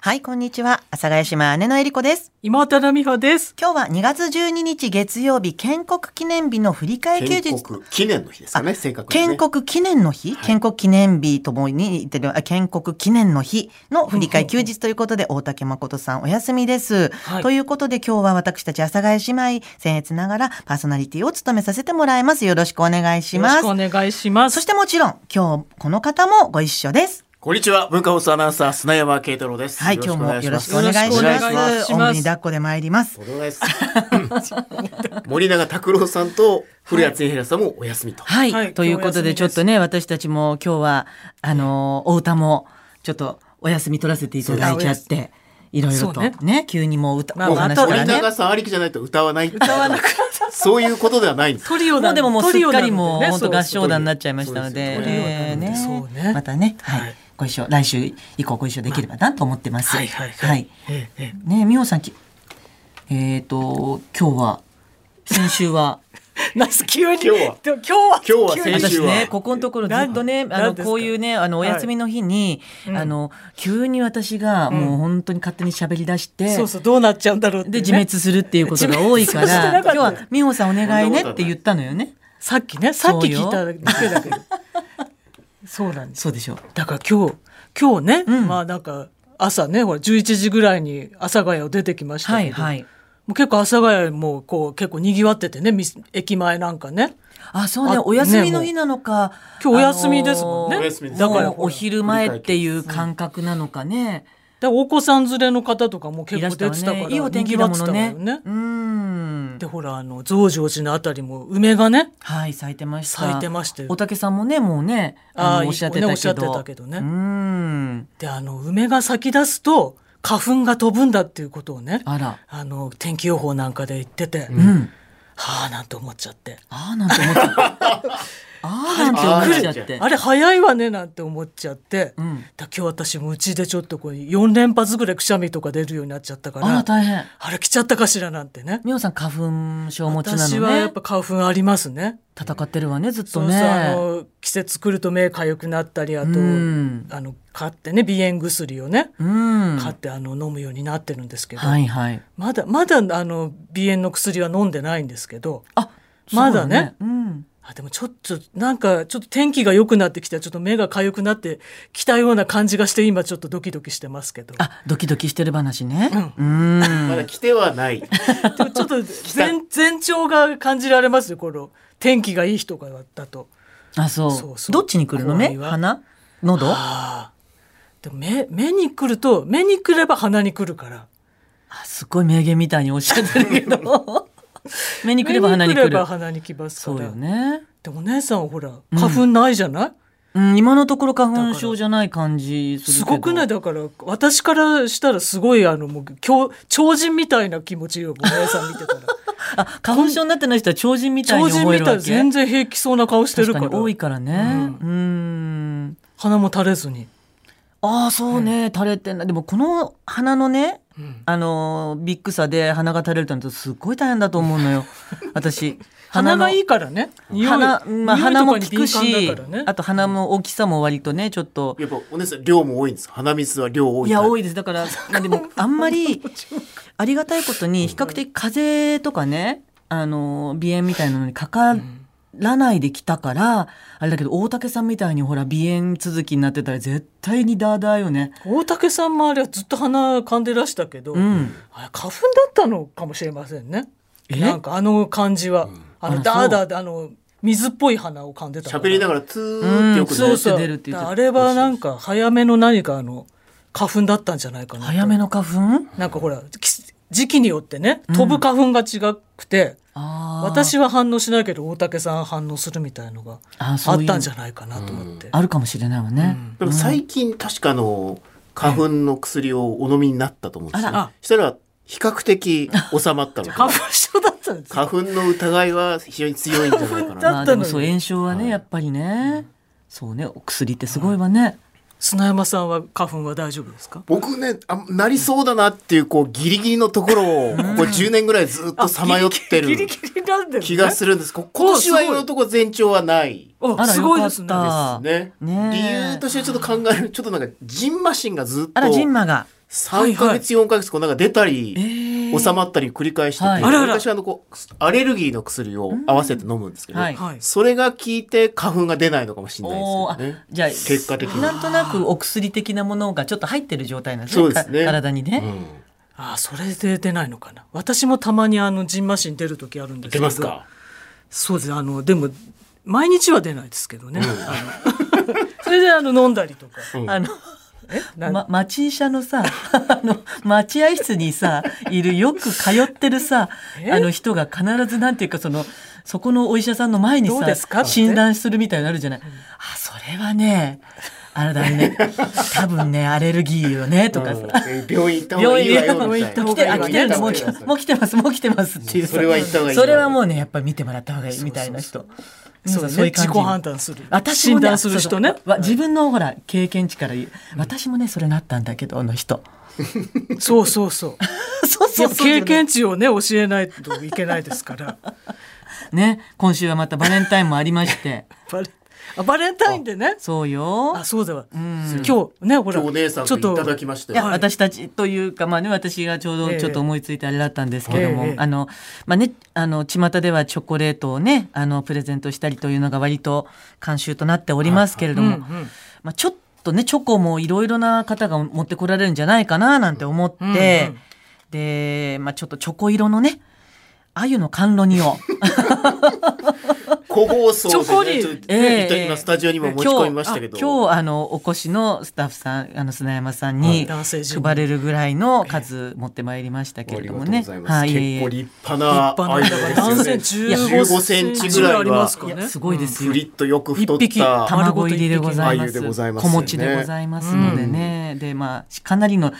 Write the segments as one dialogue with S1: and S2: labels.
S1: はい、こんにちは。阿佐ヶ谷姉妹姉のえりこです。
S2: 今田美穂です。
S1: 今日は2月12日月曜日、建国記念日の振り替え休
S3: 建
S1: 日。
S3: 国記念の日ですかね、正確に、ね。
S1: 建国記念の日、建国記念日ともに言ってる、あ建国記念の日の振り替え休日ということで、大竹誠さんお休みです。
S2: はい
S1: ということで今日は私たち阿佐ヶ谷姉妹、僭越ながらパーソナリティを務めさせてもらいます。よろしくお願いしま
S2: よ
S1: す。
S2: ろしくお願いします。
S1: そしてもちろん、今日この方もご一緒です。
S3: こんにちは、文化放送アナウンサー、砂山慶太郎です。
S1: はい、今日もよろしくお願い
S2: よ
S1: し
S2: ろ
S1: ま
S2: しくお願いします
S1: す。おんぶに抱っこで参ります。
S3: お願いします。森永卓郎さんと古谷恒平さんもお休みと。
S1: はい、
S2: はい
S1: ということで、ちょっ
S2: 今日お休みです
S1: とね、私たちも今日は、あのー、お歌も、ちょっとお休み取らせていただいちゃって、いろいろと
S2: そう
S1: ね
S2: ね
S1: 急にもう歌、
S2: まあ
S1: お話
S2: まあ
S1: から
S3: 森
S1: ね。
S3: 永さんありきじゃないと歌わない。歌わなくそういうことではないんです。
S2: トリオ
S1: も
S2: だ
S1: うでももうすっ
S2: トリオ
S1: か
S2: なの
S1: り
S2: で
S1: もう
S2: ね
S1: 本当合
S2: そう
S1: 唱団になっちゃいましたので、
S3: そうです
S1: えーね
S2: そうですよね
S1: またね、はい、
S2: はい
S1: ご一緒、来週以降ご一緒できればなと思ってます。
S2: はいはいはい
S1: はい。
S2: えええ
S1: ねみほさんき、えっ、と、今日は、先週は、
S2: えなす急に
S3: 今日は
S2: でも今日は
S3: 今日は
S2: 急に
S3: 先
S1: 私
S3: 週は
S1: ねここのところずっとね
S2: な
S1: あの
S2: なんですか
S1: こういうねあのお休みの日に、
S2: うん
S1: あの急に私がもう本当に勝手に喋り出して、
S2: そうそうどうなっちゃうんだろうって、ね、
S1: で自滅するっていうことが多いから
S2: 自滅してなか
S1: 今
S2: った
S1: 日は美穂さんお願いねって言ったのよね
S2: さっきねさっき
S1: そうよ
S2: 聞いただけだ けどそうなんです
S1: そうでしょう
S2: だから今日今日ね、
S1: うん
S2: まあなんか朝ねほら11時ぐらいに阿佐ヶ谷を出てきましたけど、
S1: はいはい
S2: もう結構阿佐ヶ谷もこう結構賑わっててねみ駅前なんかね
S1: あそうね
S2: あ
S1: お休みの日なのか、
S2: 今日お休みですもんね
S1: あのー
S3: お休みです
S1: だから
S2: もう
S1: お昼前っていう感覚なのかね、
S2: でお子さん連れの方とかも結
S1: いら
S2: 構
S1: した
S2: 出
S1: わ
S2: てたから
S1: ねいいお天気だもの
S2: 賑わっ
S1: ね
S2: てたわよね
S1: うん
S2: でほらあの増上寺のあたりも梅がね
S1: はい咲いてました
S2: 咲いてましたよ
S1: おたけさんもねもうねあ
S2: あ
S1: の
S2: ー
S1: おっしゃってたけど
S2: おっしゃってたけどね
S1: うん
S2: であの梅が咲き出すと花粉が飛ぶんだっていうことをねあ
S1: あら
S2: の天気予報なんかで言ってて、
S1: うん
S2: はあなんて思っちゃって
S1: ああなんて思っ ちゃった。ああなんて思っちゃって。
S2: あれ早いわねなんて思っちゃって、
S1: うん
S2: だ今日私もうちでちょっとこう4連発ぐらいくしゃみとか出るようになっちゃったから
S1: あら大変。
S2: あれ来ちゃったかしらなんてね
S1: みおさん花粉症持ちな
S2: 私はや
S1: の
S2: っ
S1: ね。
S2: ぱ花粉ありますね。
S1: 戦ってるわねずっと
S2: そうそうあ
S1: ね。
S2: の季節来ると目痒くなったりあと、
S1: うん
S2: あの買ってね鼻炎薬をね、
S1: うん。
S2: 買ってあの飲むようになってるんですけど、
S1: はいはい。
S2: まだまだあの鼻炎の薬は飲んでないんですけど
S1: あ
S2: まだね。
S1: そううん。
S2: あでもちょっとなんかちょっと天気が良くなってきたちょっと目が痒くなってきたような感じがして今ちょっとドキドキしてますけど
S1: あドキドキしてる話ね。う
S3: ま
S1: ん。
S3: だ来てはない。
S2: でもちょっと前前兆が感じられますよこの天気がいい日とかだと。
S1: あそ
S2: そう
S1: う。
S2: そう
S1: どっちに来るの
S2: 怖
S1: 目
S2: いわ
S1: 鼻喉あ
S2: あーでも目目に来ると目に来れば鼻に来るから
S1: すごい名言みたいにおっしゃってるけ ど。目に来れば鼻に
S2: 目
S1: 来
S2: 来れば
S1: る。
S2: 鼻に来ますか
S1: そ
S2: ら
S1: うよね。
S2: でもお姉さんはほら花粉ないじゃない、
S1: うん今のところ花粉症じゃない感じするけど。
S2: すごくないだから私からしたらすごいあのもう強超人みたいな気持ちよお姉さん 見てたら
S1: あ花粉症になってない人は超人みたい
S2: 超
S1: に
S2: 人
S1: 思え
S2: み
S1: る
S2: た
S1: わ
S2: い
S1: け
S2: な全然平気そうな顔してるから
S1: 確かに多いからねうんん
S2: 鼻も垂れずに、
S1: ああそうね、垂れてんなでもこの鼻のねあのービッグさで鼻が垂れるってのとすっごい大変だと思うの よ私
S2: 鼻がい
S1: い
S2: いからね匂い
S1: 鼻,、まあ、
S2: 匂い
S1: 鼻
S2: と
S1: も
S2: かに
S1: 効く
S2: 敏
S1: し、
S2: 感だからね
S1: あと鼻の大きさも割とねちょっと
S3: やっぱお姉さん量も多いんです。鼻水は量多い。
S1: いや多
S3: い。
S1: いですだから、まあ、でもあんまりありがたいことに比較的風邪とかねあの鼻炎みたいなのにかからないできたから、あれだけど大竹さんみたいにほら鼻炎続きになってたら絶対にダーダーよね。
S2: 大竹さんもあれはずっと鼻噛んでらしたけど、
S1: うん、
S2: あれ花粉だったのかもしれませんね
S1: え
S2: なんかあの感じは、あ
S1: あ
S2: の
S1: ら
S2: ダーダーであの水っぽい鼻を噛んでたの
S3: 喋りながらツーってよく
S1: ら
S2: そう
S3: ね。
S2: そう
S1: 出るって言ってた
S2: あれはなんか早めの何かあの花粉だったんじゃないかなと
S1: 早めの花粉
S2: なんかほらき時期によってね飛ぶ花粉が違くて、
S1: あー
S2: 私は反応しないけど大竹さん反応するみたいのが
S1: あ
S2: あ
S1: そういう
S2: ったんじゃないかなと思って
S1: あるかもしれないわね。
S3: でも最近確かあの花粉の薬をお飲みになったと思うんです
S1: あ
S3: よ、
S1: ら
S3: ね。したら比較的収まったのか
S2: 花
S3: な。
S2: 粉症だったんですよ
S3: 花粉の疑いは非常に強いんじゃないか
S2: 花粉だ
S3: な。
S1: ま
S2: あ
S1: あ
S2: った
S1: で
S2: のに
S1: もそう炎症はね、やっぱりね、そうねお薬ってすごいわね。
S2: 砂山さんは花粉は大丈夫ですか
S3: 僕ねあなりそうだなっていうこうギリギリのところをここ10年ぐらいずっとさまよって
S2: ギリ
S3: る
S2: ギリなんで、ね、
S3: 気がするんですこ今年は今のところ前兆はない
S1: あ
S2: あ
S1: ら
S2: すごいですね
S1: よかった
S3: ね
S1: ねえ
S3: 理由としてちょっと考えるちょっとなんかジンマシンがずっ
S1: あらジン
S3: と
S1: マが
S3: 3ヶ月、4ヶ月、こうなんか出たり、
S1: ー
S3: 収まったり繰り返してて、
S1: はい
S2: あらあら
S3: 私はあのこう、アレルギーの薬を合わせて飲むんですけど、
S1: はい
S2: はい。
S3: それが効いて花粉が出ないのかもしれないです
S1: お
S3: よ
S1: ー
S3: ね
S1: あ。じゃあ
S3: 結果的に。
S1: なんとなくお薬的なものがちょっと入ってる状態なんですね
S3: そうですね
S1: か体にね、
S2: ああ、それで出ないのかな。私もたまにあの、ジンマシン出る時あるんですけ
S3: 出
S2: ど。
S3: ますか
S2: そうです。あの、でも、毎日は出ないですけどね。あの それであの、飲んだりとか。
S3: うん
S1: あの
S2: な
S1: ま、町医者のさ、 あの、待合室にさ、いるよく通ってるさ、
S2: え
S1: あの人が必ずなんていうかその、そこのお医者さんの前に
S2: どうですか
S1: さ、
S2: って
S1: 診断するみたいになるじゃない。あ、それはね、あれだね、多分ね、アレルギーよね、とかさ。
S3: うん病院行った方が
S1: 病
S3: い
S1: 院
S3: い
S1: に
S3: わよ
S1: 病院
S3: み
S1: 行
S3: た
S1: っ
S3: い
S1: た
S3: な。
S1: 方がいいわよね。来てる、あ、来てる、もう来てもう来てます、もう来てますっていうさ
S3: それは行った方がいい
S1: それはもうね、やっぱ見てもらった方がいいみたいな人。
S2: そう
S1: もう
S2: です
S1: さ
S2: ね。自己判断する。診断する人ね
S1: そう。そうわ自分のほら経験値から言う、私もねそれなったんだけどあの人
S2: そうそう そう。
S1: そう
S2: やっぱ経験値をね教えないといけないですから。
S1: ね今週はまたバレンタインもありまして
S2: バレあバレンタインでね。
S1: そうよ
S2: あそうだわ。
S1: ん
S2: 今日ねほら
S3: 今日お姉さんといただきまし
S1: い
S3: た
S1: や
S3: よ。
S1: 私たちというか、まあね、私がちょう
S2: え
S1: ど
S2: え
S1: ちょっと思いついてあれだったんですけども、
S2: ええ
S1: あの、まあね、あの、巷ではチョコレートをね、あの、プレゼントしたりというのが割と慣習となっておりますけれども、
S2: うんうん
S1: まあ、ちょっとねチョコもいろいろな方が持ってこられるんじゃないかななんて思って、
S2: うんうんうん
S1: で、まあ、ちょっとチョコ色のね鮎の甘露煮 を
S3: 個包装
S2: チョコに
S3: でねちょっとね、い今スタジオにも持ち込みましたけど。
S1: 今日あ今日あのお越しのスタッフさんあの砂山さんに
S2: 男性陣
S1: 配れるぐらいの数持ってまいりましたけ
S3: あ
S1: れ
S3: り
S1: ど
S3: がと
S1: も
S3: うご
S1: ね。
S3: ざいます。
S1: い
S3: 結構
S1: い
S3: 立派なアイド
S2: 立
S3: ル
S2: 派
S3: で
S2: な男性
S3: すよ
S2: 15
S3: ね。15センチぐらい
S2: ありま
S3: は
S2: すか
S1: い
S2: ね。
S1: やすごいですよ。
S3: ふりっとよく太
S1: 一
S3: っ
S1: 匹
S3: た。
S1: 卵入りでございま
S3: 丸ごと一
S1: す。
S3: 匹鮎でございます
S1: 小
S3: よね
S1: 持ちでございますのでね。でまあかなりの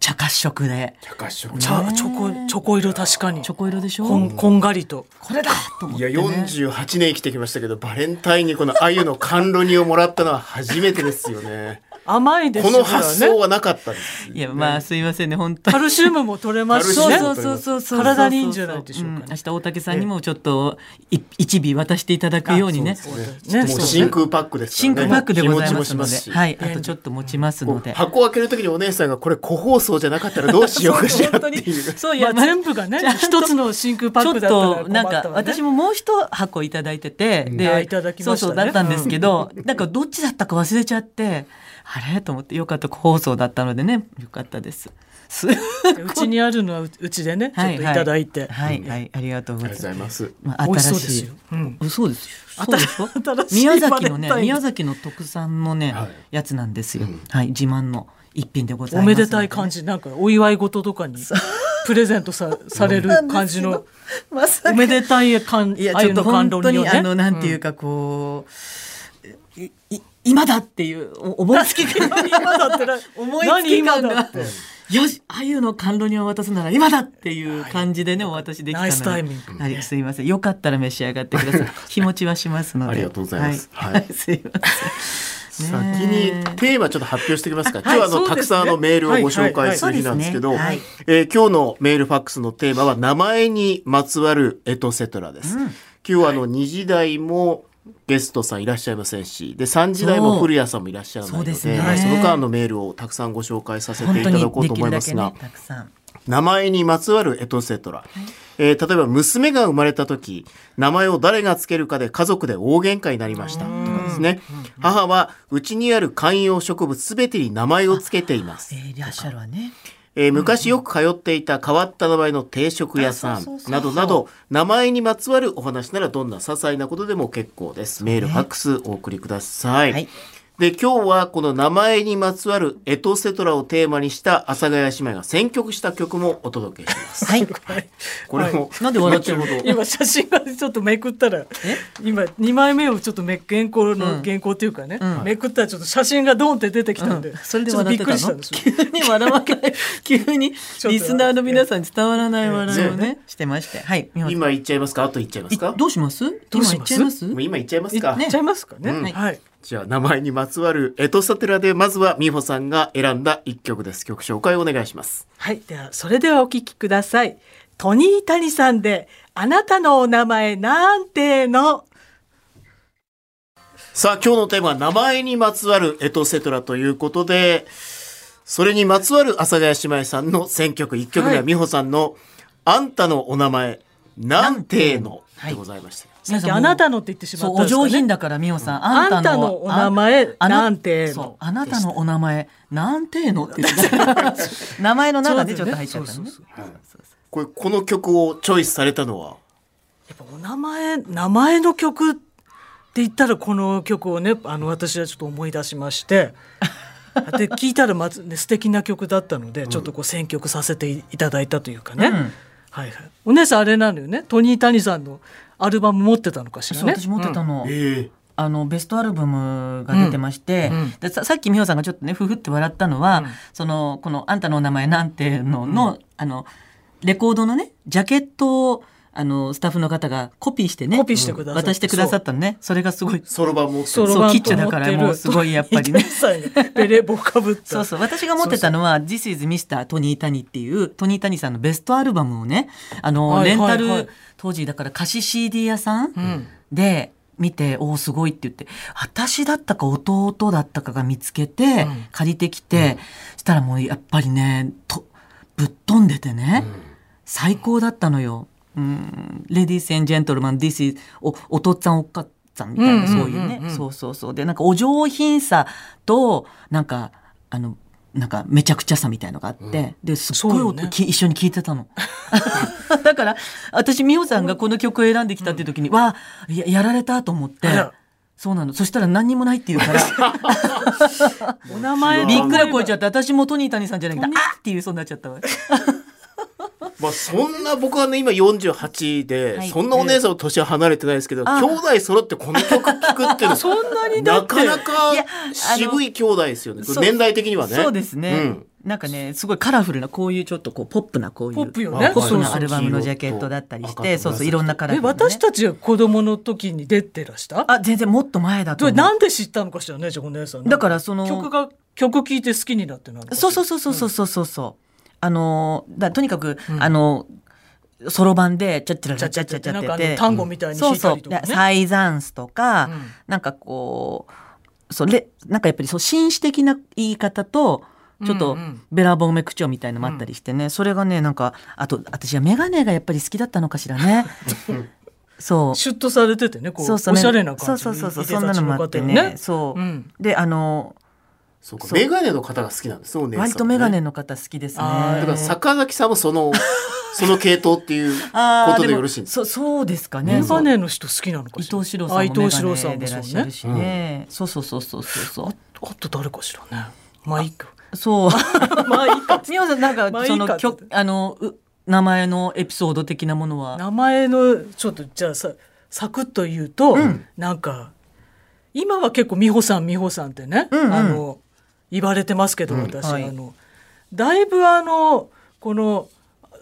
S1: 茶褐色で
S3: 高橋
S2: チャチョコチョコ色確かに。
S1: チョコ色でしょ。
S2: こんこんがりと。
S1: これだと思っ
S3: い
S1: て、
S3: や、
S1: ね。
S3: 48年生きてきましたけど、バレンタインにこの鮎の甘露煮をもらったのは初めてですよね。
S2: 甘いです
S3: こ
S2: から
S3: の発想
S2: ね。
S3: はなかったです。
S1: いや、まあ、すいませんね、本当
S2: カ
S1: に。
S2: ルシウムも取れますし
S3: カル
S2: ね。
S3: シウム
S2: 体にいいんじゃないでしょうかね
S1: ん明日大竹さんにもちょっとい一尾渡していただくようにね。
S2: そうですね
S3: もう
S2: そう
S3: 真空パックですか
S1: シ
S3: ら
S1: ン
S3: ね。
S1: クパックでございますの
S3: 日持ちもし
S1: で、
S3: し
S1: はい、あとちょっと持ちますので。
S3: 箱を開けるときにお姉さんがこれ個包装じゃなかったらどうしようか しらっていう。
S1: そうい
S2: ま
S1: や、
S2: あ
S1: まあ
S2: 全部がね一つの真空パ
S1: ち
S2: ッ
S1: ょ
S2: ク
S1: っ
S2: だったら
S1: と
S2: 困った
S1: な
S2: わ
S1: ん
S2: ね
S1: か私ももう一箱いただいてて、
S2: あ
S1: で
S2: いただきました
S1: そうそ
S2: ね
S1: うだったんですけど、なんかどっちだったか忘れちゃって、あれと思ってよかった放送だったのでね、よかったです。す
S2: う ちにあるのはううちでねちょ
S1: は
S2: っといただいて。
S1: はいはいありがとうご
S3: あ
S1: ざ
S3: り
S1: い
S3: がとうご
S1: ます
S3: ざい。ます。
S1: ま
S2: 美
S1: あ、
S2: 味しそう
S1: 新
S2: で
S1: し
S2: す
S1: い
S2: よ。うん。
S1: あそうですよ。そうでしょ
S2: 新しい
S1: 宮崎のね
S2: バレンタイン
S1: 宮崎の特産のね
S3: はい
S1: やつなんですよ。はい自慢の一品でござい
S2: お
S1: ます。
S2: めでたい感じ、なんかお祝い事とかにプレゼント さされる感じの、
S1: まさ
S2: おめでたい感、
S1: いや
S2: あ
S1: ちょ
S2: ゆ
S1: っと
S2: の感
S1: 本
S2: 動
S1: 当
S2: によ
S1: に
S2: ね。
S1: あのなんていうかこういい今だっていうお思いつき感が
S2: 今だってな
S1: 思いつき感
S2: 何今だ
S1: が
S2: って
S1: よしあゆの甘露煮を渡すなら今だっていう感じでねお渡しできたの
S2: ナイ
S1: で
S2: スタイミング
S1: はいすいませんよかったら召し上がってく ださい日持ちはしますので
S3: ありがとうございます
S1: はい、
S3: は
S1: はいい、 すいません
S3: 先
S1: ね
S3: に
S1: え
S3: テーマちょっと発表しておきますか。
S1: はい
S3: 今日はあの、
S2: そうですね
S3: たくさんあのメールをご紹介する日なんですけど、
S1: はいはいはい
S3: えー今日のメールファックスのテーマは名前にまつわるエトセトラです。今日はあの2時台もゲストさんいらっしゃいませんし、で3時台も古谷さんもいらっしゃらないので、
S1: そう
S3: そ
S1: そうですね
S3: の間のメールをたくさんご紹介させてい
S1: 本当
S3: ただこ
S1: にで
S3: うと
S1: き
S3: 思
S1: る
S3: いま
S1: だ
S3: す
S1: け
S3: が
S1: ね、たくさん
S3: 名前にまつわるエトセトラ、えー例えば娘が生まれた時名前を誰がつけるかで家族で大喧嘩になりましたとかですね母はうちにある観葉植物すべてに名前をつけていま
S1: え
S3: す、
S1: ーいらっしゃるわね
S3: えー昔よく通っていた変わった名前の定食屋さ
S1: あそうそうんそう
S3: などなど名前にまつわるお話ならどんな些細なことでも結構ですメールファックスお送りください、
S1: はい
S3: で今日はこの名前にまつわるエトセトラをテーマにした阿佐ヶ谷姉妹が選曲した曲もお届けします
S1: はい
S3: これも、
S1: なんで笑ってるの
S3: 後ほど
S2: 今写真がちょっとめくったら今2枚目をちょっとめ原稿の原稿っていうかね、めくったらちょっと写真がドンって出てきたんで、
S1: うんそれで
S2: ちょっとび
S1: 笑っ
S2: っ
S1: て
S2: く
S1: た
S2: りしたん
S1: の急
S2: です
S1: に笑わない急に
S2: ょっと
S1: リスナーの皆さんに伝わらない笑いをね
S3: ね
S1: してましてはい美穂
S3: 今言っちゃいますか後言っちゃいます
S1: さん
S3: か
S1: いどうします
S2: どう
S1: 今
S2: し
S1: 言っ
S2: ま
S1: ち
S2: す
S1: ゃいます
S3: もう今言っちゃいます
S2: い
S3: か、
S2: っちゃいますかね、
S3: うん
S2: はい
S3: じゃあ名前にまつわるエトサテラでまずは美穂さんが選んだ一曲です曲紹介お願いします
S2: はい。では、それではお聞きください。トニータニさんで、あなたのお名前なんての。
S3: さあ今日のテーマは名前にまつわるエトセトラということでそれにまつわる阿佐ヶ谷姉妹さんの選曲1曲目は美穂さんの「あんたのお名前なんての」でございました、
S2: さっきあなたのって言ってしま
S1: そ
S2: っ
S1: う
S2: たん
S1: お
S2: です
S1: 上
S2: か
S1: 品
S2: ね。
S1: だから美穂さん、
S2: あんたのお名前
S1: あ
S2: なんての
S1: そうあなたのお名前なんてのって言ってた 名前の中でちょっと入っちゃったのね
S3: これこの曲をチョイスされたのは
S2: やっぱお名前名前の曲って言ったらこの曲をねあの私はちょっと思い出しまして。で聞いたらまず、ね、素敵な曲だったので、ちょっとこう選曲させていただいたというかね、
S1: うん
S2: はいはい、お姉さんあれなのよねトニー・タニさんのアルバム持ってたのかしら
S1: そう
S2: ね
S1: 私持ってたの、
S3: え
S1: あのベストアルバムが出てまして、
S2: うんうん
S1: でささっき美穂さんがちょっとねふふって笑ったのは、
S2: うん
S1: そのこの「あんたのお名前なんての」の、あのレコードのねジャケットをあのスタッフの方がコピーしてね
S2: コピーしてくださって
S1: 渡してくださったのねそれがすごい
S3: そろばん持って
S2: そ
S3: る
S2: ろ
S1: そ
S2: ば
S1: うんキッ
S2: と
S1: チンだ
S2: 持っ
S1: から
S2: てる
S1: もうすごいやっぱ りね
S2: トニータニさんがベレー帽かぶった
S1: そうそう私が持ってたのは「This is Mr. トニー・タニ」っていうトニー・タニさんのベストアルバムをねあの、
S2: はいはいはい
S1: レンタル当時だから貸し CD 屋さん
S2: ん
S1: で見て、おおすごいって言って私だったか弟だったかが見つけて、
S2: うん
S1: 借りてきて、したらもうやっぱりねとぶっ飛んでてね、最高だったのよ。うん、レディース・エン・ジェントルマン、This is おお父さんお母さんみたいな、
S2: うん
S1: そういうね、
S2: うんうんうん
S1: そうそうそうでなんかお上品さとなんかあのなんかめちゃくちゃさみたいのがあって、ですっご
S2: そう
S1: い
S2: よ
S1: 音、
S2: ね
S1: き一緒に聞いてたの だから私美穂さんがこの曲を選んできたっていう時に、わあややられたと思って
S2: あら
S1: そうなのそしたら何にもないっていうから
S2: お名前
S1: びっくらこいちゃ
S2: っ
S1: って私もトニー谷さんじゃなくて
S2: トニー
S1: あっっていうそうになっちゃったわ
S3: まあそんな僕はね今48で、
S1: はい
S3: そんなお姉さんと年は離れてないですけど、
S1: あ
S3: 兄弟揃ってこの曲聴くっていうの
S2: そんなにだ
S3: な
S2: って
S3: かなか
S1: いやあの
S3: 渋い兄弟ですよね
S1: そう
S3: 年代的にはね
S1: そうです
S3: う
S1: ね
S3: ん、
S1: なんかねすごいカラフルなこういうちょっとこうポップなこういう
S2: ポップよ
S3: ね
S1: ポップ
S3: そうそ
S1: な
S3: う
S1: アルバムのジャケットだったりして
S3: 黄色と
S1: そ
S3: 赤
S1: う
S3: と
S1: そういろんなカラ
S2: え
S1: フルなね、
S2: 私たちが子供の時に出てらした
S1: あ全然もっと前だと
S2: それ
S1: 思う
S2: なんで知ったのかしらねじゃあお姉さん
S1: だからその
S2: 曲が曲聴いて好きになってなのかしら
S1: そうそうそうそうそうそうそうそうあのーだとにかく、
S2: うん
S1: あのーそろばんでちゃっちゃら
S2: ち
S1: ち
S2: ゃ
S1: ゃ
S2: っ
S1: ち
S2: ちゃ
S1: ゃ
S2: っ
S1: ち
S2: ちゃ
S1: ゃ
S2: っ
S1: ちゃ
S2: て
S1: って
S2: なん
S1: て
S2: かあの単語みたいに弾
S1: そうそう
S2: いたりとかね
S1: サイザンスとか、
S2: うん
S1: なんかこうそれなんかやっぱりそう紳士的な言い方とちょっ
S2: う
S1: と
S2: んうん
S1: べらぼうめ口調みたいのもあったりしてね、それがねなんかあと私は眼鏡がやっぱり好きだったのかしら ねそう
S2: シュッとされててねこう
S1: そうそう
S2: おしゃれな
S1: そ
S2: 感
S1: う
S2: じ
S1: そうそうそう
S2: い
S1: そ
S2: でたち
S1: んなのもあってね
S2: 方がね
S1: そう、
S2: うん
S1: であの
S3: そうか
S1: そう
S3: メガネの方が好きなんですねお姉さんね
S1: 割と眼鏡の方好きですね
S2: あー
S3: だから坂崎さんもそ のその系統っていうこ
S1: あー
S3: とで
S1: も
S3: よろしいんですか
S1: そそうですかね
S2: メ
S3: 眼
S2: ガ
S3: 鏡
S2: ネの人好きなのか
S1: 伊
S2: しら
S1: 藤四郎さん
S2: あ
S1: も
S2: 伊
S1: メ
S2: 藤四郎
S1: ガ
S2: さ
S1: ネ
S2: ん
S1: で
S2: も
S1: いらっし
S2: そ
S1: ゃ
S2: う
S1: る
S2: ね
S1: しね、そうそうそうそうそうそう
S2: あと誰かしらねまあいいか
S1: そう
S2: まあいいか
S1: 美穂さんなん
S2: ま
S1: か
S2: あいい
S1: そ
S2: か
S1: の曲あのう名前のエピソード的なものは
S2: 名前のちょっとじゃあさサクッと言うと、なんか今は結構美穂さん美穂さんってね、
S1: うんうん
S2: あの言われてますけど私、
S1: はい
S2: あのだいぶあのこの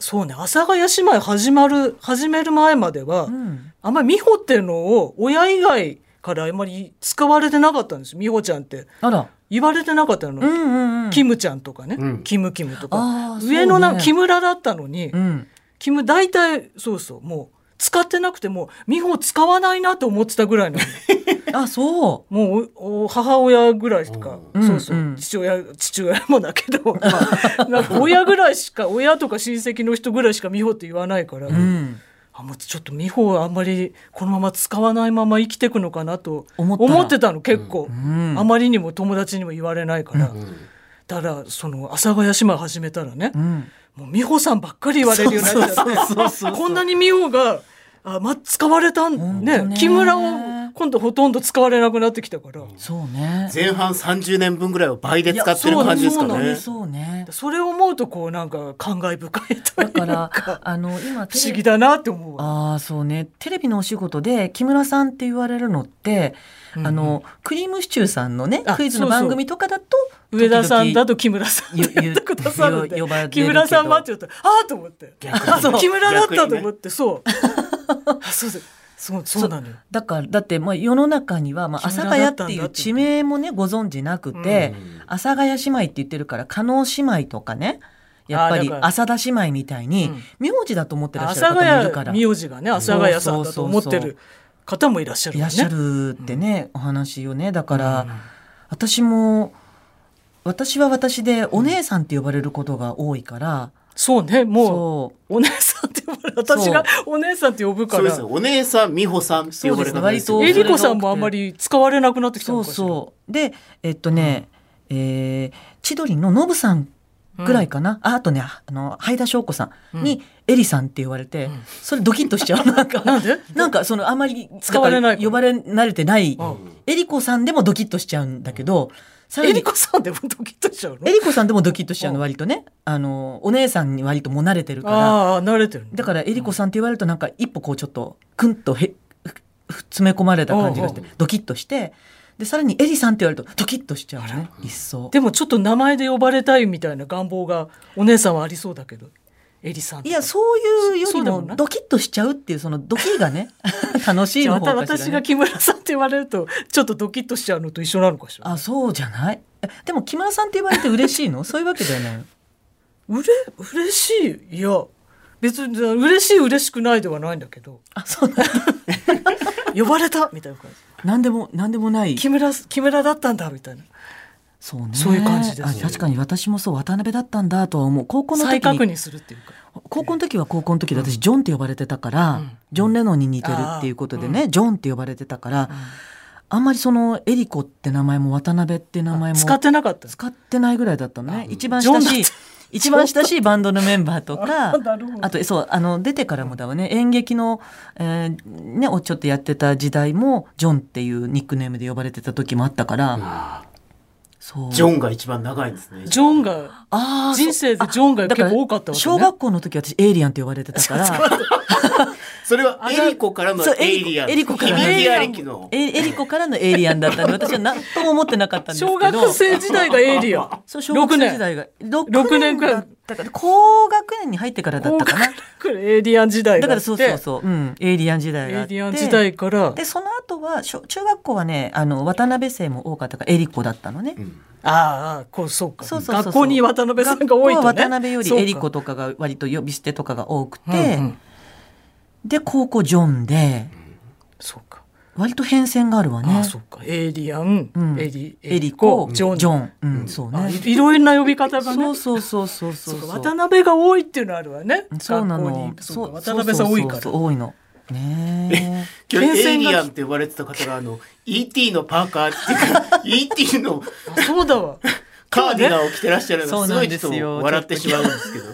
S2: そうね阿佐ヶ谷姉妹始まる始める前までは、
S1: ん
S2: あんまり美穂っていうのを親以外からあんまり使われてなかったんですよ美穂ちゃんって
S1: あら
S2: 言われてなかったの、
S1: うんうんうん
S2: キムちゃんとかね、
S3: うん
S2: キムキムと
S1: あ
S2: か
S1: ーそうね
S2: 上の名木村だったのに、
S1: うん
S2: キム大体そうそうもう使ってなくても美穂使わないなと思ってたぐ らいなの
S1: あそう
S2: もうおお母親ぐらいしか、
S1: うん
S2: そうそう、
S1: うん
S2: 父親父親もだ けど、まあ、なんか親ぐらいしか親とか親戚の人ぐらいしか美穂って言わないから、
S1: うん
S2: あもうちょっと美穂はあんまりこのまま使わないまま生きていくのかなと
S1: 思ったら
S2: 思ってたの結構、
S1: ん
S2: あまりにも友達にも言われないから、ただその阿佐ヶ谷姉妹始めたらね、
S1: うん
S2: もう美穂さんばっかり言われるようになっちゃってこんなに美穂があ、ま、使われたん
S1: ほんと
S2: ね
S1: ね
S2: 木村を今度ほとんど使われなくなってきたから、
S1: そうね
S3: 前半30年分ぐらいを倍で使ってる
S2: いや
S3: 感じですか
S2: そう
S3: ね
S1: そうね
S2: それを思うとこうなんか感慨深いとい
S1: だ
S2: うか
S1: からあの今
S2: 不思議だなって思うわ
S1: ああそうねテレビのお仕事で木村さんって言われるのって、
S2: うん
S1: あのクリームシチューさんのね
S2: あ
S1: クイズの
S2: そうそう
S1: 番組とかだと
S2: 上田さんだ
S1: と
S2: と木村さん
S1: ゆ
S2: だ
S1: ゆ
S2: ってくださるんで
S1: よ呼ばれるけ
S2: 木
S1: ど
S2: 村さん待ってるとああと思って
S3: 逆に
S2: あ木村だったと思
S3: 逆に
S2: っ
S3: ね
S2: て、そうあそうですそうそうなのよ
S1: だからだってまあ世の中にはまあ阿
S2: 木
S1: 佐
S2: 村
S1: ヶ谷
S2: だ
S1: っ
S2: ったんだ
S1: ていう地名もねご存知なくて阿佐、ヶ谷姉妹って言ってるから加納姉妹とかねやっぱ
S2: あー
S1: り
S2: だから
S1: 浅田姉妹みたいに
S2: うん
S1: 名字だと思ってら
S2: 阿
S1: っし
S2: 佐
S1: ゃる
S2: ヶ
S1: 方もいるから。
S2: 谷名字がね阿佐ヶ谷さんだと思っ
S1: そうそ
S2: て
S1: うそうそう
S2: る方もいらっしゃる
S1: いら
S2: わ
S1: っ
S2: ね
S1: しゃるってね、お話よねだから、私も私は私でお姉さんって呼ばれることが多いから、
S2: そうねもう
S1: そう
S2: お姉さんって呼ばれ私がお姉さんって呼ぶか
S3: そうで
S2: ら
S3: すよお姉さん美穂さんって呼ばれ方ですよ
S1: そうで
S2: え
S1: すね割
S2: り
S1: と
S2: こさんもあんまり使われなくなってきた
S1: そ
S2: の
S1: う
S2: かしらう
S1: そうでえっとね、えー千鳥のノブさんぐらいかな、ああとねあの灰田翔子さんに「エリさん」って言われて、それドキッとしち ゃうなんか
S2: なんで
S1: なんかそのあまり
S2: 使われない
S1: だから呼ばれ慣れてない、
S2: うん
S1: えりこさんでもドキッとしちゃうんだけど、さら
S2: え
S1: に
S2: りこさんでもドキッとしちゃうの
S1: えりこさんでもドキッとしちゃうの
S2: うん
S1: 割とねあのお姉さんに割ともう慣れてるから
S2: ああ慣れてるね
S1: だからえりこさんって言われるとなんか一歩こうちょっとクンとへふ詰め込まれた感じがして
S2: うんう
S1: ドキッとしてでさらにえりさんって言われるとドキッとしちゃうのね一層
S2: でもちょっと名前で呼ばれたいみたいな願望がお姉さんはありそうだけどえりさんと
S1: い
S2: か
S1: やそういうより
S2: そそうでも
S1: も
S2: ない
S1: ドキッとしちゃうっていうそのドキが ね楽しい
S2: じゃあ
S1: の
S2: また
S1: 方かし
S2: 私
S1: ら、
S2: が
S1: ね、
S2: 木村さんって言われるとちょっとドキッとしちゃうのと一緒なのかしら
S1: あそうじゃないえでも木村さんって言われて嬉しい のそういうわけではないの
S2: うれ嬉しいいや別に嬉しい嬉しくないではないんだけど
S1: あそうなんだ
S2: 呼ばれたみたいな感
S1: 何でも何でもない
S2: じ木村木村だったんだみたいな
S1: そうね
S2: そういう感じです
S1: あ確かに私もそう渡辺だったんだとは思う高校の時
S2: 再
S1: に
S2: 確認するっていうか
S1: 高校の時は高校の時で私ジョンって呼ばれてたから、
S2: うん
S1: ジョン・レノンに似てるっていうことでね、ジョンって呼ばれてたから、あんまりそのエリコって名前も渡辺って名前も
S2: 使ってなかった
S1: 使ってないぐらいだったのね、一番
S2: ジョン
S1: 親
S2: だった
S1: しい一番親しいバンドのメンバーとか
S2: あなるほど
S1: あとそうあの出てからもだわね演劇の、えーね、をちょっとやってた時代もジョンっていうニックネームで呼ばれてた時もあったから、そう
S3: ジョンが一番長いんですね
S2: ジョンが
S1: あー
S2: 人生でジョンが結構多かったわけ
S1: 小
S2: ね
S1: 学校の時私エイリアンって呼ばれてたから
S3: それはエリコからの
S1: そう
S3: エイリアン
S1: エリコエリコからの
S3: エリアンの
S1: エイエリコからのエイリアンだったんで私は何とも思ってなかったんですけど
S2: 小学生時代がエイリアン
S1: そう小学生時代が6年
S2: くらい
S1: だったから高学年に入ってからだっ
S2: 高
S1: た
S2: 学
S1: かな
S2: 年くらいエイリアン時代
S1: だ
S2: が
S1: か
S2: あ
S1: ら
S2: って
S1: そうそうそう、うん、エイリアン時代があっ
S2: エイ
S1: て
S2: リアン時代から
S1: でその後は小中学校はねあの渡辺生も多かったからエリコだったのね、
S2: ああこうそうか
S1: そうそうそうそう
S2: 学校に渡辺さんが多いとね
S1: 学校は渡辺よりエリコ
S2: で、
S1: とかが割と呼び捨てとかが多くて、
S2: うんうん
S1: で高校ジョンで
S2: そうか
S1: 割と変遷があるわね
S2: ああそうかエイリアン、
S1: うん
S2: エリ
S1: エリ
S2: コ
S1: コ
S2: ジョン
S1: ジョン、うんそう
S2: あ
S1: ね
S2: いいろいろな呼び方がね
S1: そうそうそうそうそう
S2: そうか渡辺が多いっていうのあるわね
S1: そうな
S2: 学校に
S1: の
S2: そうか
S1: そう
S2: 渡辺さん多いから
S1: そうそうそう多いのねえ
S3: 今
S2: 厳
S3: 日エイ
S2: 選が
S3: リアンって呼ばれてた方があの ET のパーカーっていうか ET の
S2: あそうだわ
S3: カーディガンを着てらっしゃるのがすごいちょっ
S1: そうなんですよ
S3: と笑ってしまうんですけど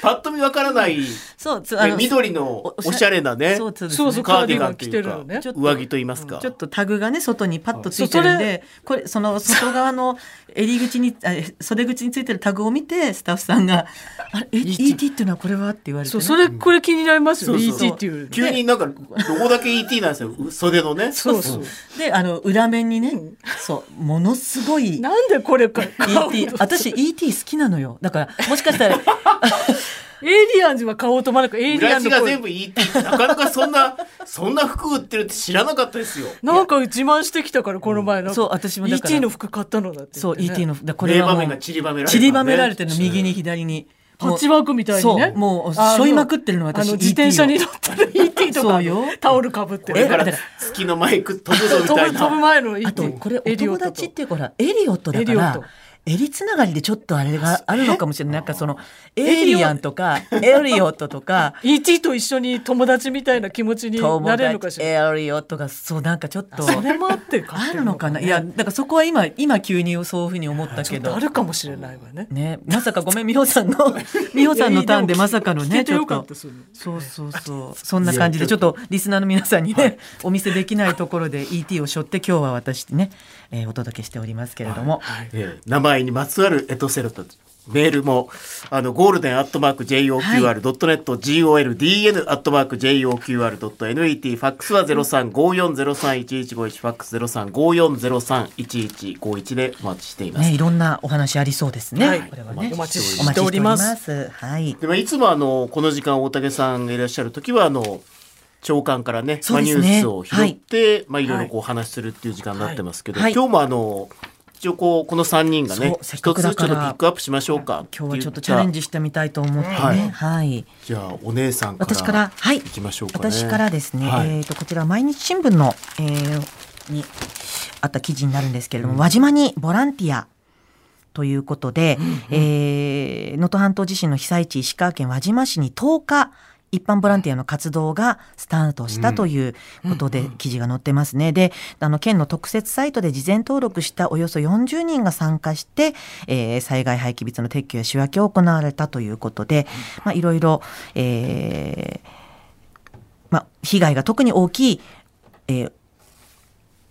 S3: パッと見わからない
S1: そうつあの
S3: 緑のおしゃれなね
S1: そうそうです
S2: そう
S1: ね
S2: そう
S3: カ
S2: カ
S3: ー
S2: ー
S3: デ
S2: ディ
S3: ィガ
S2: ガ
S3: ン
S2: ン
S3: と
S2: 着
S3: い
S2: て
S3: う
S2: るの
S3: か
S2: ね
S1: ちょっと
S3: 上着と言いますか
S1: ちょっとタグがね外にパッとついてるんでこれその外側の襟口に あ袖口についてるタグを見てスタッフさんが「あれえ ET っていうのはこれは?」って言われて
S2: そ
S1: ね、
S2: うそれこれ気になりますよね
S3: そうそう
S2: ET っていう
S3: 急になんかどこだけ ET なんですよう袖のね
S2: そうそう
S1: であの裏面にねそうものすごい
S2: なんでこれか
S1: ET 私 ET 好きなのよだからもしかしたら
S2: エイリアンは買おうと思わなくエイリア
S3: 裏
S2: ン
S3: 地
S2: の
S3: が
S2: 声
S3: 全部 ET なかなかそんなそんな服売ってるって知らなかったですよ
S2: なんか自慢してきたからこの前の
S1: そう私もだから
S2: ET の服買ったのだって言
S1: そ
S2: っ
S1: う
S2: てね
S1: ET のだからこれ
S3: 名
S1: は
S3: 場
S1: も
S3: 面が
S1: う
S3: 散りばめられて
S1: 散りばめられてるの右
S3: に
S1: に左に
S2: パッチワークみたいにね
S1: そうもう
S2: あの
S1: 背負いまくってるの私
S2: あの自転車に乗ってる ET と
S1: そ
S2: か
S1: うよ
S2: タオルかぶって
S3: だ
S1: え
S2: る
S3: から
S1: だか
S3: 月のマイク飛ぶぞみ
S2: 飛
S3: た
S2: ぶ
S3: い
S2: 飛ぶ
S3: な
S2: 前の ET
S1: あとこれお
S2: エリ
S1: 友
S2: オットと
S1: 達っていうかほらエリオットだ
S2: エ
S1: か
S2: リオッ
S1: ら
S2: ト
S1: 襟つながりでちょっとあれがあるのかもしれないなんかそのエイリアンとかエリオットとか
S2: ET と一緒に友達みたいな気持ちにな
S1: 友
S2: れるのかし
S1: 達
S2: ら
S1: エリオットがそうなんかちょっと
S2: それもあって買っ
S1: あ
S2: て
S1: るのかな
S2: ね
S1: いやだからそこは今今急にそういうふうに思ったけど
S2: あるかもしれないわね
S1: ねまさかごめん美穂さんの美穂さんのターンでまさかの
S2: 聞
S1: ね
S2: い
S1: ち
S2: て
S1: ょ
S2: よ
S1: っ
S2: か
S1: と
S2: った。そういうの
S1: そうそうそう。 そんな感じで、ちょっとリスナーの皆さんにね、 お見せできないところで ET を背負って、今日は私ね、えーお届けしておりますけれども。
S2: はい
S3: ええ名前にまつわるエトセロとメールもあのゴールデンアットマーク JOQR.net、GOLDN アットマーク JOQR.net ファックスは0354031151ファックス0354031151でお待ちしています、
S1: ね、いろんなお話ありそうですね。
S2: はい
S1: これはね
S2: お待ち
S1: お
S2: し
S1: 待ち
S2: てお
S1: しており
S2: り
S1: ま
S2: ます
S1: す。はい。
S3: でもいつもあのこの時間大竹さんがいらっしゃる時はあの長官からね
S1: そうですね
S3: まあ、ニュースを拾って、いまあ、いろいろこうお話しするっていう時間になってますけど、
S1: はい
S3: 今日もあの一応こうこの3人がね
S1: そうせっ
S3: 一
S1: かく
S3: つず
S1: だ
S3: つち
S1: か
S3: ょっと
S1: ら
S3: ピックアップしましょうか
S1: 今日はちょっとチャレン
S3: ジ
S1: ジしてみたいと思ってね。
S3: は
S1: はいい。
S3: じゃあお姉さんから
S1: 私から、はい。
S3: 行きましょうかね
S1: 私からですね、
S3: はい
S1: えっ、と、こちら毎日新聞の、えーにあった記事になるんですけれども、輪島にボランティア、ということで、えー能登半島地震の被災地石川県輪島市に10日一般ボランティアの活動がスタートしたということで記事が載ってますね。で、あの、県の特設サイトで事前登録したおよそ40人が参加して、えー災害廃棄物の撤去や仕分けを行われたということで、まあ、いろいろ、えーまあ、被害が特に大きい、えー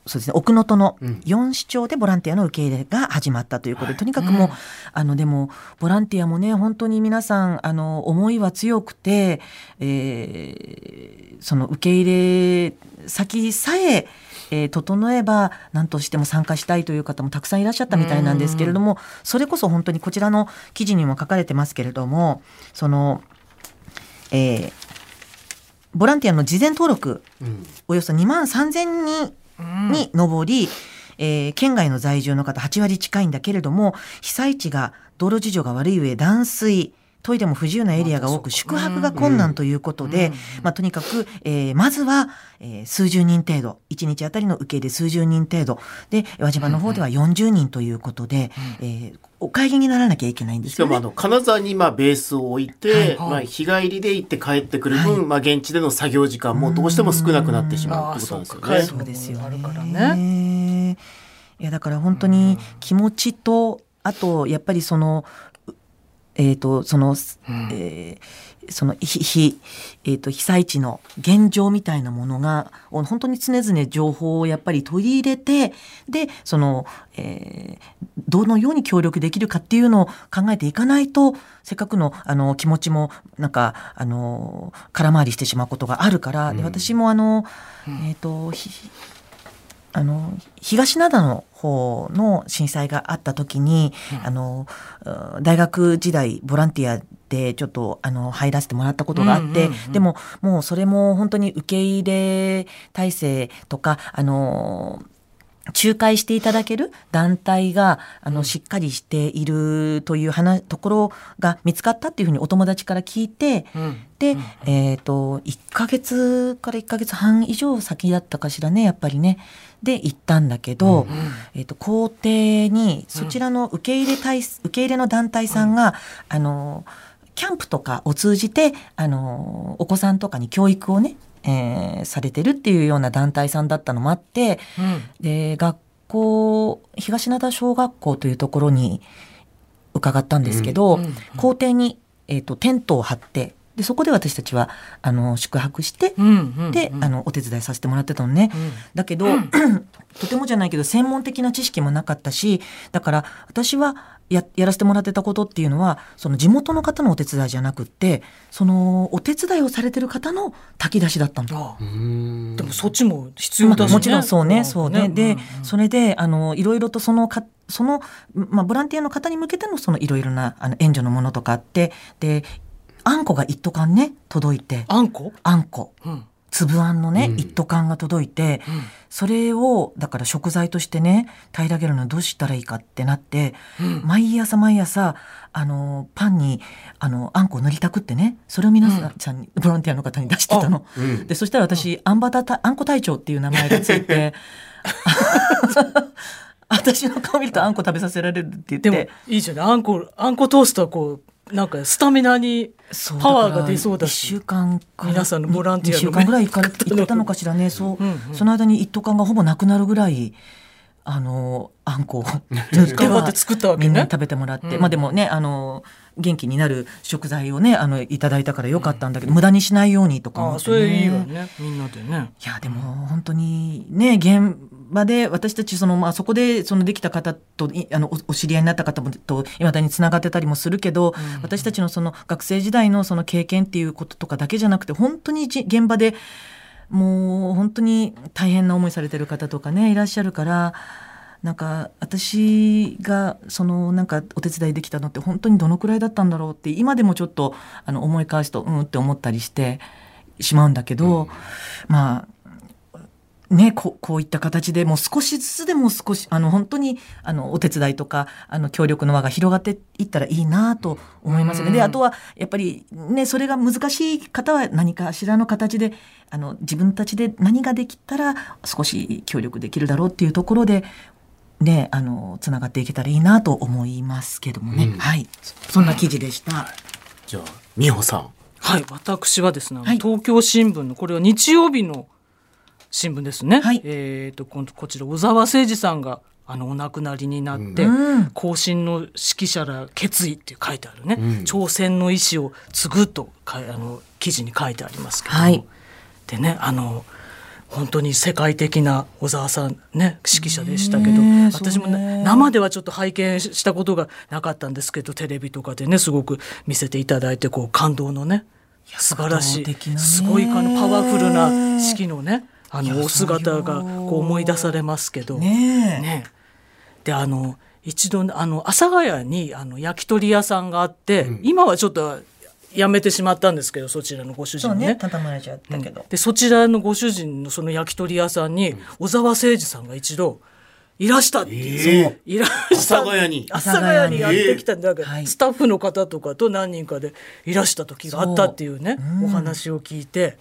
S1: そうですね、奥能登の4市町でボランティアの受け入れが始まったということで、とにかくもう、あのでもボランティアもね本当に皆さんあの思いは強くて、えーその受け入れ先さええー整えば何としても参加したいという方もたくさんいらっしゃったみたいなんですけれども、それこそ本当にこちらの記事にも書かれてますけれどもその、えーボランティアの事前登録
S3: うん
S1: およそ2万3000人に上り、えー県外の在住の方8割近いんだけれども被災地が道路事情が悪い上断水トイレも不自由なエリアが多く宿泊が困難ということで、まあ、とにかく、えーまずは、えー数十人程度1日あたりの受け入れ数十人程度で輪島の方では40人ということで、えーお帰りにならなきゃいけないんで
S3: し
S1: す
S3: か
S1: よ
S3: も
S1: ね
S3: あ。の金沢にまあベースを置いて、
S2: はい
S3: まあ、日帰りで行って帰ってくる分、まあ、現地での作業時間もどうしても少なくなってしまうってことなんです
S2: あ
S3: よ
S2: ー
S3: ね。
S2: そう
S1: そうですよね。
S2: あるからね
S1: いやだから本当に気持ちとあとやっぱりそのうえっ、とその、えーそのひひえっ、と被災地の現状みたいなものがお本当に常々情報をやっぱり取り入れてでその、えーどのように協力できるかっていうのを考えていかないとせっかくのあの気持ちもなんかあの空回りしてしまうことがあるから、で私もあの、えっ、とひあの東灘の方の震災があった時に、あのうん大学時代ボランティアでちょっとあの入らせてもらったことがあって、
S2: うんうんうん
S1: でももうそれも本当に受け入れ体制とかあの仲介していただける団体があのしっかりしているという話ところが見つかったっていうふうにお友達から聞いて、で、えっ、と、1ヶ月から1ヶ月半以上先だったかしらね、やっぱりね。で、行ったんだけど、えっ、と、校庭に、そちらの受け入れ体、受け入れの団体さんが、あの、キャンプとかを通じて、あの、お子さんとかに教育をね、えーされてるっていうような団体さんだったのもあって、で、学校、東灘小学校というところに伺ったんですけど、
S2: うんうん
S1: 校庭に、えー、とテントを張ってでそこで私たちはあの宿泊して、で、あのお手伝いさせてもらってたのね、だ けど、とてもじゃないけど専門的な知識もなかったしだから私はややらせてもらってたことっていうのはその地元の方のお手伝いじゃなくってそのお手伝いをされてる方の炊き出しだったの。
S2: あ
S3: うーん
S2: でもそっちも必要だし、
S1: まあ
S2: ね、
S1: もちろんそうね、そうね。で、
S2: そ
S1: それで、あの、いろいろとそのか、その、まあ、ボランティアの方に向けての、そのいろいろな、あの、援助のものとかあって、で、あんこが一斗缶ね、届いて、
S2: あんこ、
S1: あんこ、
S2: うん
S1: 粒あんのね、
S3: うん
S1: 一斗缶が届いて、それを、だから食材としてね、平らげるのはどうしたらいいかってなって、
S2: うん
S1: 毎朝毎朝、あの、パンに、あの、あんこを塗りたくってね、それを皆さんに、ボランティアの方に出してたの。
S3: うん
S1: でそしたら私、あんばたたあんこ隊長っていう名前がつい て私の顔見るとあんこ食べさせられるって言って
S2: でもいいじゃないあんこあんこトーストはこうなんかスタミナに
S1: そう
S2: パワーが出そうだし
S1: 1週間から
S2: 皆さんのボランティア
S1: 2週
S2: の
S1: 間ぐらい行かれ行ってたのかしらねそう、
S2: うんうん
S1: その間に一斗缶がほぼなくなるぐらいあのあんこ を
S2: 頑張って作ったわけね
S1: みんなに食べてもらって、まあでもねあの元気になる食材をねあのいただいたからよかったんだけど、無駄にしないようにとか思
S2: あ
S1: っ
S2: あ
S1: て、
S2: そ
S1: ね、
S2: れいいわねみんなでね
S1: いやでも本当にね現場で私たちその、まあ、そこでそのできた方といあのおお知り合いになった方もといまだにつながってたりもするけど、私たちのその学生時代のその経験っていうこととかだけじゃなくて本当にじ現場でもう本当に大変な思いされてる方とかねいらっしゃるから。なんか私がそのなんかお手伝いできたのって本当にどのくらいだったんだろうって今でもちょっとあの思い返すとうんって思ったりしてしまうんだけど、まあね、ここういった形でもう少しずつでも少しあの本当にあのお手伝いとかあの協力の輪が広がっていったらいいなと思いますね。であとはやっぱり、ね、それが難しい方は何かしらの形であの自分たちで何ができたら少し協力できるだろうっていうところでで、あの、つながっていけたらいいなと思いますけどもね。
S3: うん
S1: はい。そんな記事でした。
S3: じゃあ美穂さん
S2: はい、私はですね、あの
S1: はい
S2: 東京新聞のこれは日曜日の新聞ですね。
S1: はい
S2: えっ、とこのこちら小沢誠二さんがあのお亡くなりになって、
S1: うん
S2: 後進の指揮者ら決意って書いてあるね、
S3: うん
S2: 挑戦の意思を継ぐとかあの記事に書いてありますけども、
S1: はい
S2: でねあの本当に世界的な小沢さんね指揮者でしたけど、
S1: ねえ
S2: 私も
S1: そうね
S2: ね生ではちょっと拝見したことがなかったんですけどテレビとかでねすごく見せていただいてこう感動のね素晴らし
S1: 感動的
S2: い、
S1: なね
S2: すごいあのパワフルな指揮のねあのお姿がこう思い出されますけど。
S1: ねえ。
S2: ねであの一度あの阿佐ヶ谷にあの焼き鳥屋さんがあって、今はちょっとやめてしまったんですけどそちらのご主
S1: そう
S2: 人
S1: ね。
S2: ね。
S1: 畳まれちゃったけど。
S2: でそちらのご主人のその焼き鳥屋さんに小沢誠二さんが一度いらしたっていう、
S3: ええ
S2: いらした
S3: 阿佐ヶ谷に
S2: 阿佐ヶ谷にやってきたんだけど、
S1: はい
S2: スタッフの方とかと何人かでいらした時があったっていうね
S1: そううん
S2: お話を聞いて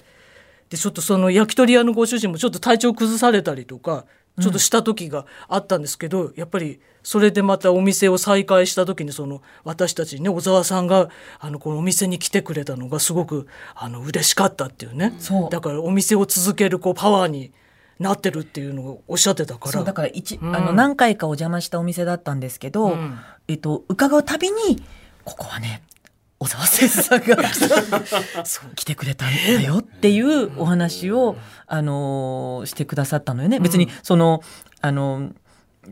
S2: でちょっとその焼き鳥屋のご主人もちょっと体調崩されたりとかちょっとした時があったんですけど、やっぱりそれでまたお店を再開した時にその私たちにね小沢さんがあのこのお店に来てくれたのがすごくあの嬉しかったっていうね
S1: そう
S2: だからお店を続けるこうパワーになってるっていうのをおっしゃってたから
S1: そうだから一、
S2: ん
S1: あの何回かお邪魔したお店だったんですけど、
S2: うん
S1: えっと伺うたびにここはね小沢誠さん がそう来てくれたんだよっていうお話を、あのーしてくださったのよね。別にその、あのー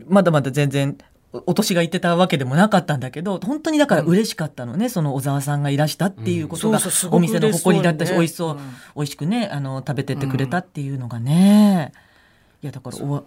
S1: まだまだ全然おお年がいってたわけでもなかったんだけど本当にだから嬉しかったのね、その小沢さんがいらしたっていうことが、
S2: うんそうそうすごく
S1: お店の誇りだったし美味
S2: 嬉
S1: し
S2: し
S1: そ、
S2: そううにね
S1: 美味しくねあの食べてってくれたっていうのがね、いやだからお阿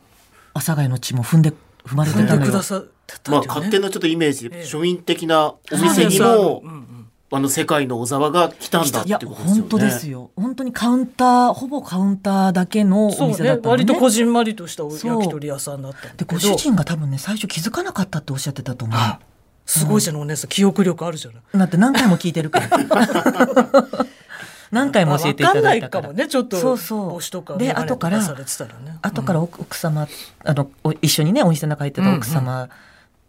S1: 佐ヶ谷の地も踏んで踏まれて
S2: や
S1: た
S2: っ
S1: の
S2: てく
S1: よ
S2: だ。さってた
S3: まあ
S2: っていうね
S3: 勝手なちょっとイメージ、
S2: ええ
S3: 庶民的なお店にも
S2: うんうん
S3: あの世界の小沢が来たんだっ
S1: い
S3: て
S1: や
S3: ことですよね。
S1: 本当ですよ本当にカウンターほぼカウンターだけの
S2: そ
S1: お
S2: う
S1: 店だ
S2: ね
S1: ったのね
S2: 割とこじんまりとしたお
S1: そう
S2: 焼き鳥屋さんだったんだ
S1: で
S2: け
S1: ご
S2: ど
S1: 主人が多分ね最初気づかなかったっておっしゃってたと思
S2: あ
S1: う
S2: すごいじゃんお姉さん記憶力あるじゃない
S1: だって何回も聞いてる から何回も教えていただいた
S2: か
S1: から
S2: んないかもねちょっと
S1: そうそう
S2: 帽子とか
S1: で
S2: 眼鏡
S1: 後から
S2: されてたらね
S1: 後から奥奥様あのお一緒にねお店の中行ってた奥様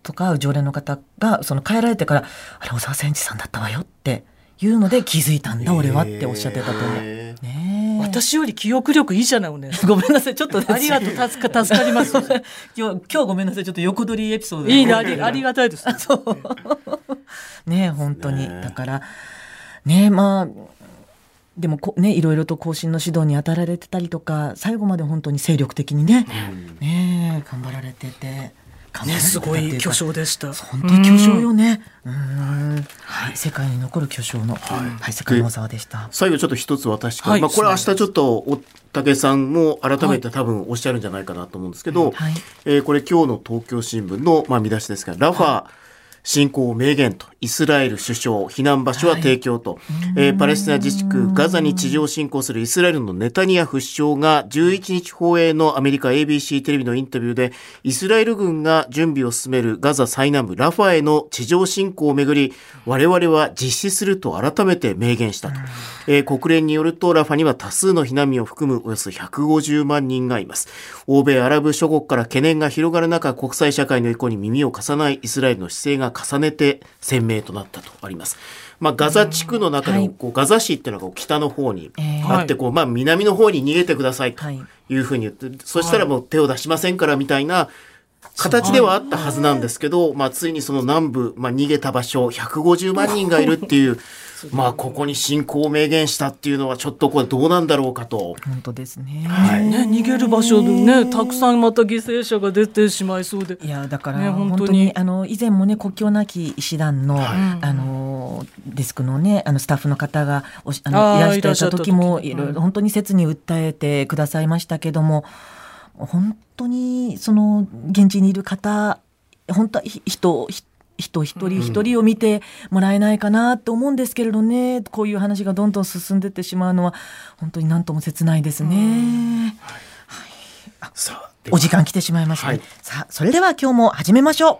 S1: とか常連の方がその帰られてから「あれ小沢誠二さんだったわよ」っていうので気づいたんだ俺はっておっしゃってたと思う。
S3: ええ
S2: うん
S1: ねえ
S2: 私より記憶力いいじゃないお姉さん
S1: ごめんなさいちょっとね
S2: ありがとう助か助かります
S1: 今日今日ごめんなさいちょっと横取りエピソード
S2: いいなありありがたいです
S1: ね本当に、
S3: ね
S1: だからねまあでもこねいろいろと後進の指導に当たられてたりとか最後まで本当に精力的にねねえ頑張られてて頑張られ
S2: ね
S1: てた
S2: す
S1: って
S2: ご
S1: う
S2: い
S1: か
S2: 巨匠でした
S1: 本当に巨匠よね。うん、はい、世界に残る巨匠の、はい、世界の小沢でした。
S3: 最後ちょっと一つ私から、
S2: はい
S3: まあこれ明日ちょっとお武さんも改めて多分おっしゃるんじゃないかなと思うんですけど、
S1: はい、
S3: えーこれ今日の東京新聞の、まあ、見出しですが、ラファ侵攻を明言と、イスラエル首相、避難場所は提供と、えーパレスチナ自治区ガザに地上侵攻するイスラエルのネタニヤフ首相が11日放映のアメリカ ABC テレビのインタビューで、イスラエル軍が準備を進めるガザ最南部ラファへの地上侵攻をめぐり、我々は実施すると改めて明言したと。えー国連によると、ラファには多数の避難民を含むおよそ150万人がいます。欧米アラブ諸国から懸念が広がる中、国際社会の意向に耳を貸さないイスラエルの姿勢が重ねて鮮明となったとあります。まあ、ガザ地区の中で
S1: は
S3: も
S1: い
S3: こう、ガザ市っていうのがこう北の方に
S1: えー
S3: あってこう、まあ、南の方に逃げてくださいと
S1: はい
S3: いうふうに言って、そしたらもう手を出しませんからみたいな形ではあったはずなんですけど、まあ、ついにその南部、まあ、逃げた場所150万人がいるっていうまあここに侵攻を明言したっていうのはちょっとこれどうなんだろうかと。
S1: 本当ですね。
S3: はい
S2: ね逃げる場所でねたくさんまた犠牲者が出てしまいそうで
S1: いやだから、
S2: ね
S1: 本
S2: 本
S1: 当
S2: 当に
S1: にあの以前もね国境なき医師団の、あのデスクのねあのスタッフの方がおしあの
S2: あー
S1: いらっしゃった時も
S2: い
S1: い
S2: らっしゃった時
S1: ろいろ本当に切に訴えてくださいましたけども本当にその現地にいる方本当はひ人ひ人一人一人を見てもらえないかなと思うんですけれどね、こういう話がどんどん進んでってしまうのは本当になんとも切ないですね。
S3: さあ
S1: お時間来てしまいましたね、
S3: はい
S1: さあそれでは今日も始めましょう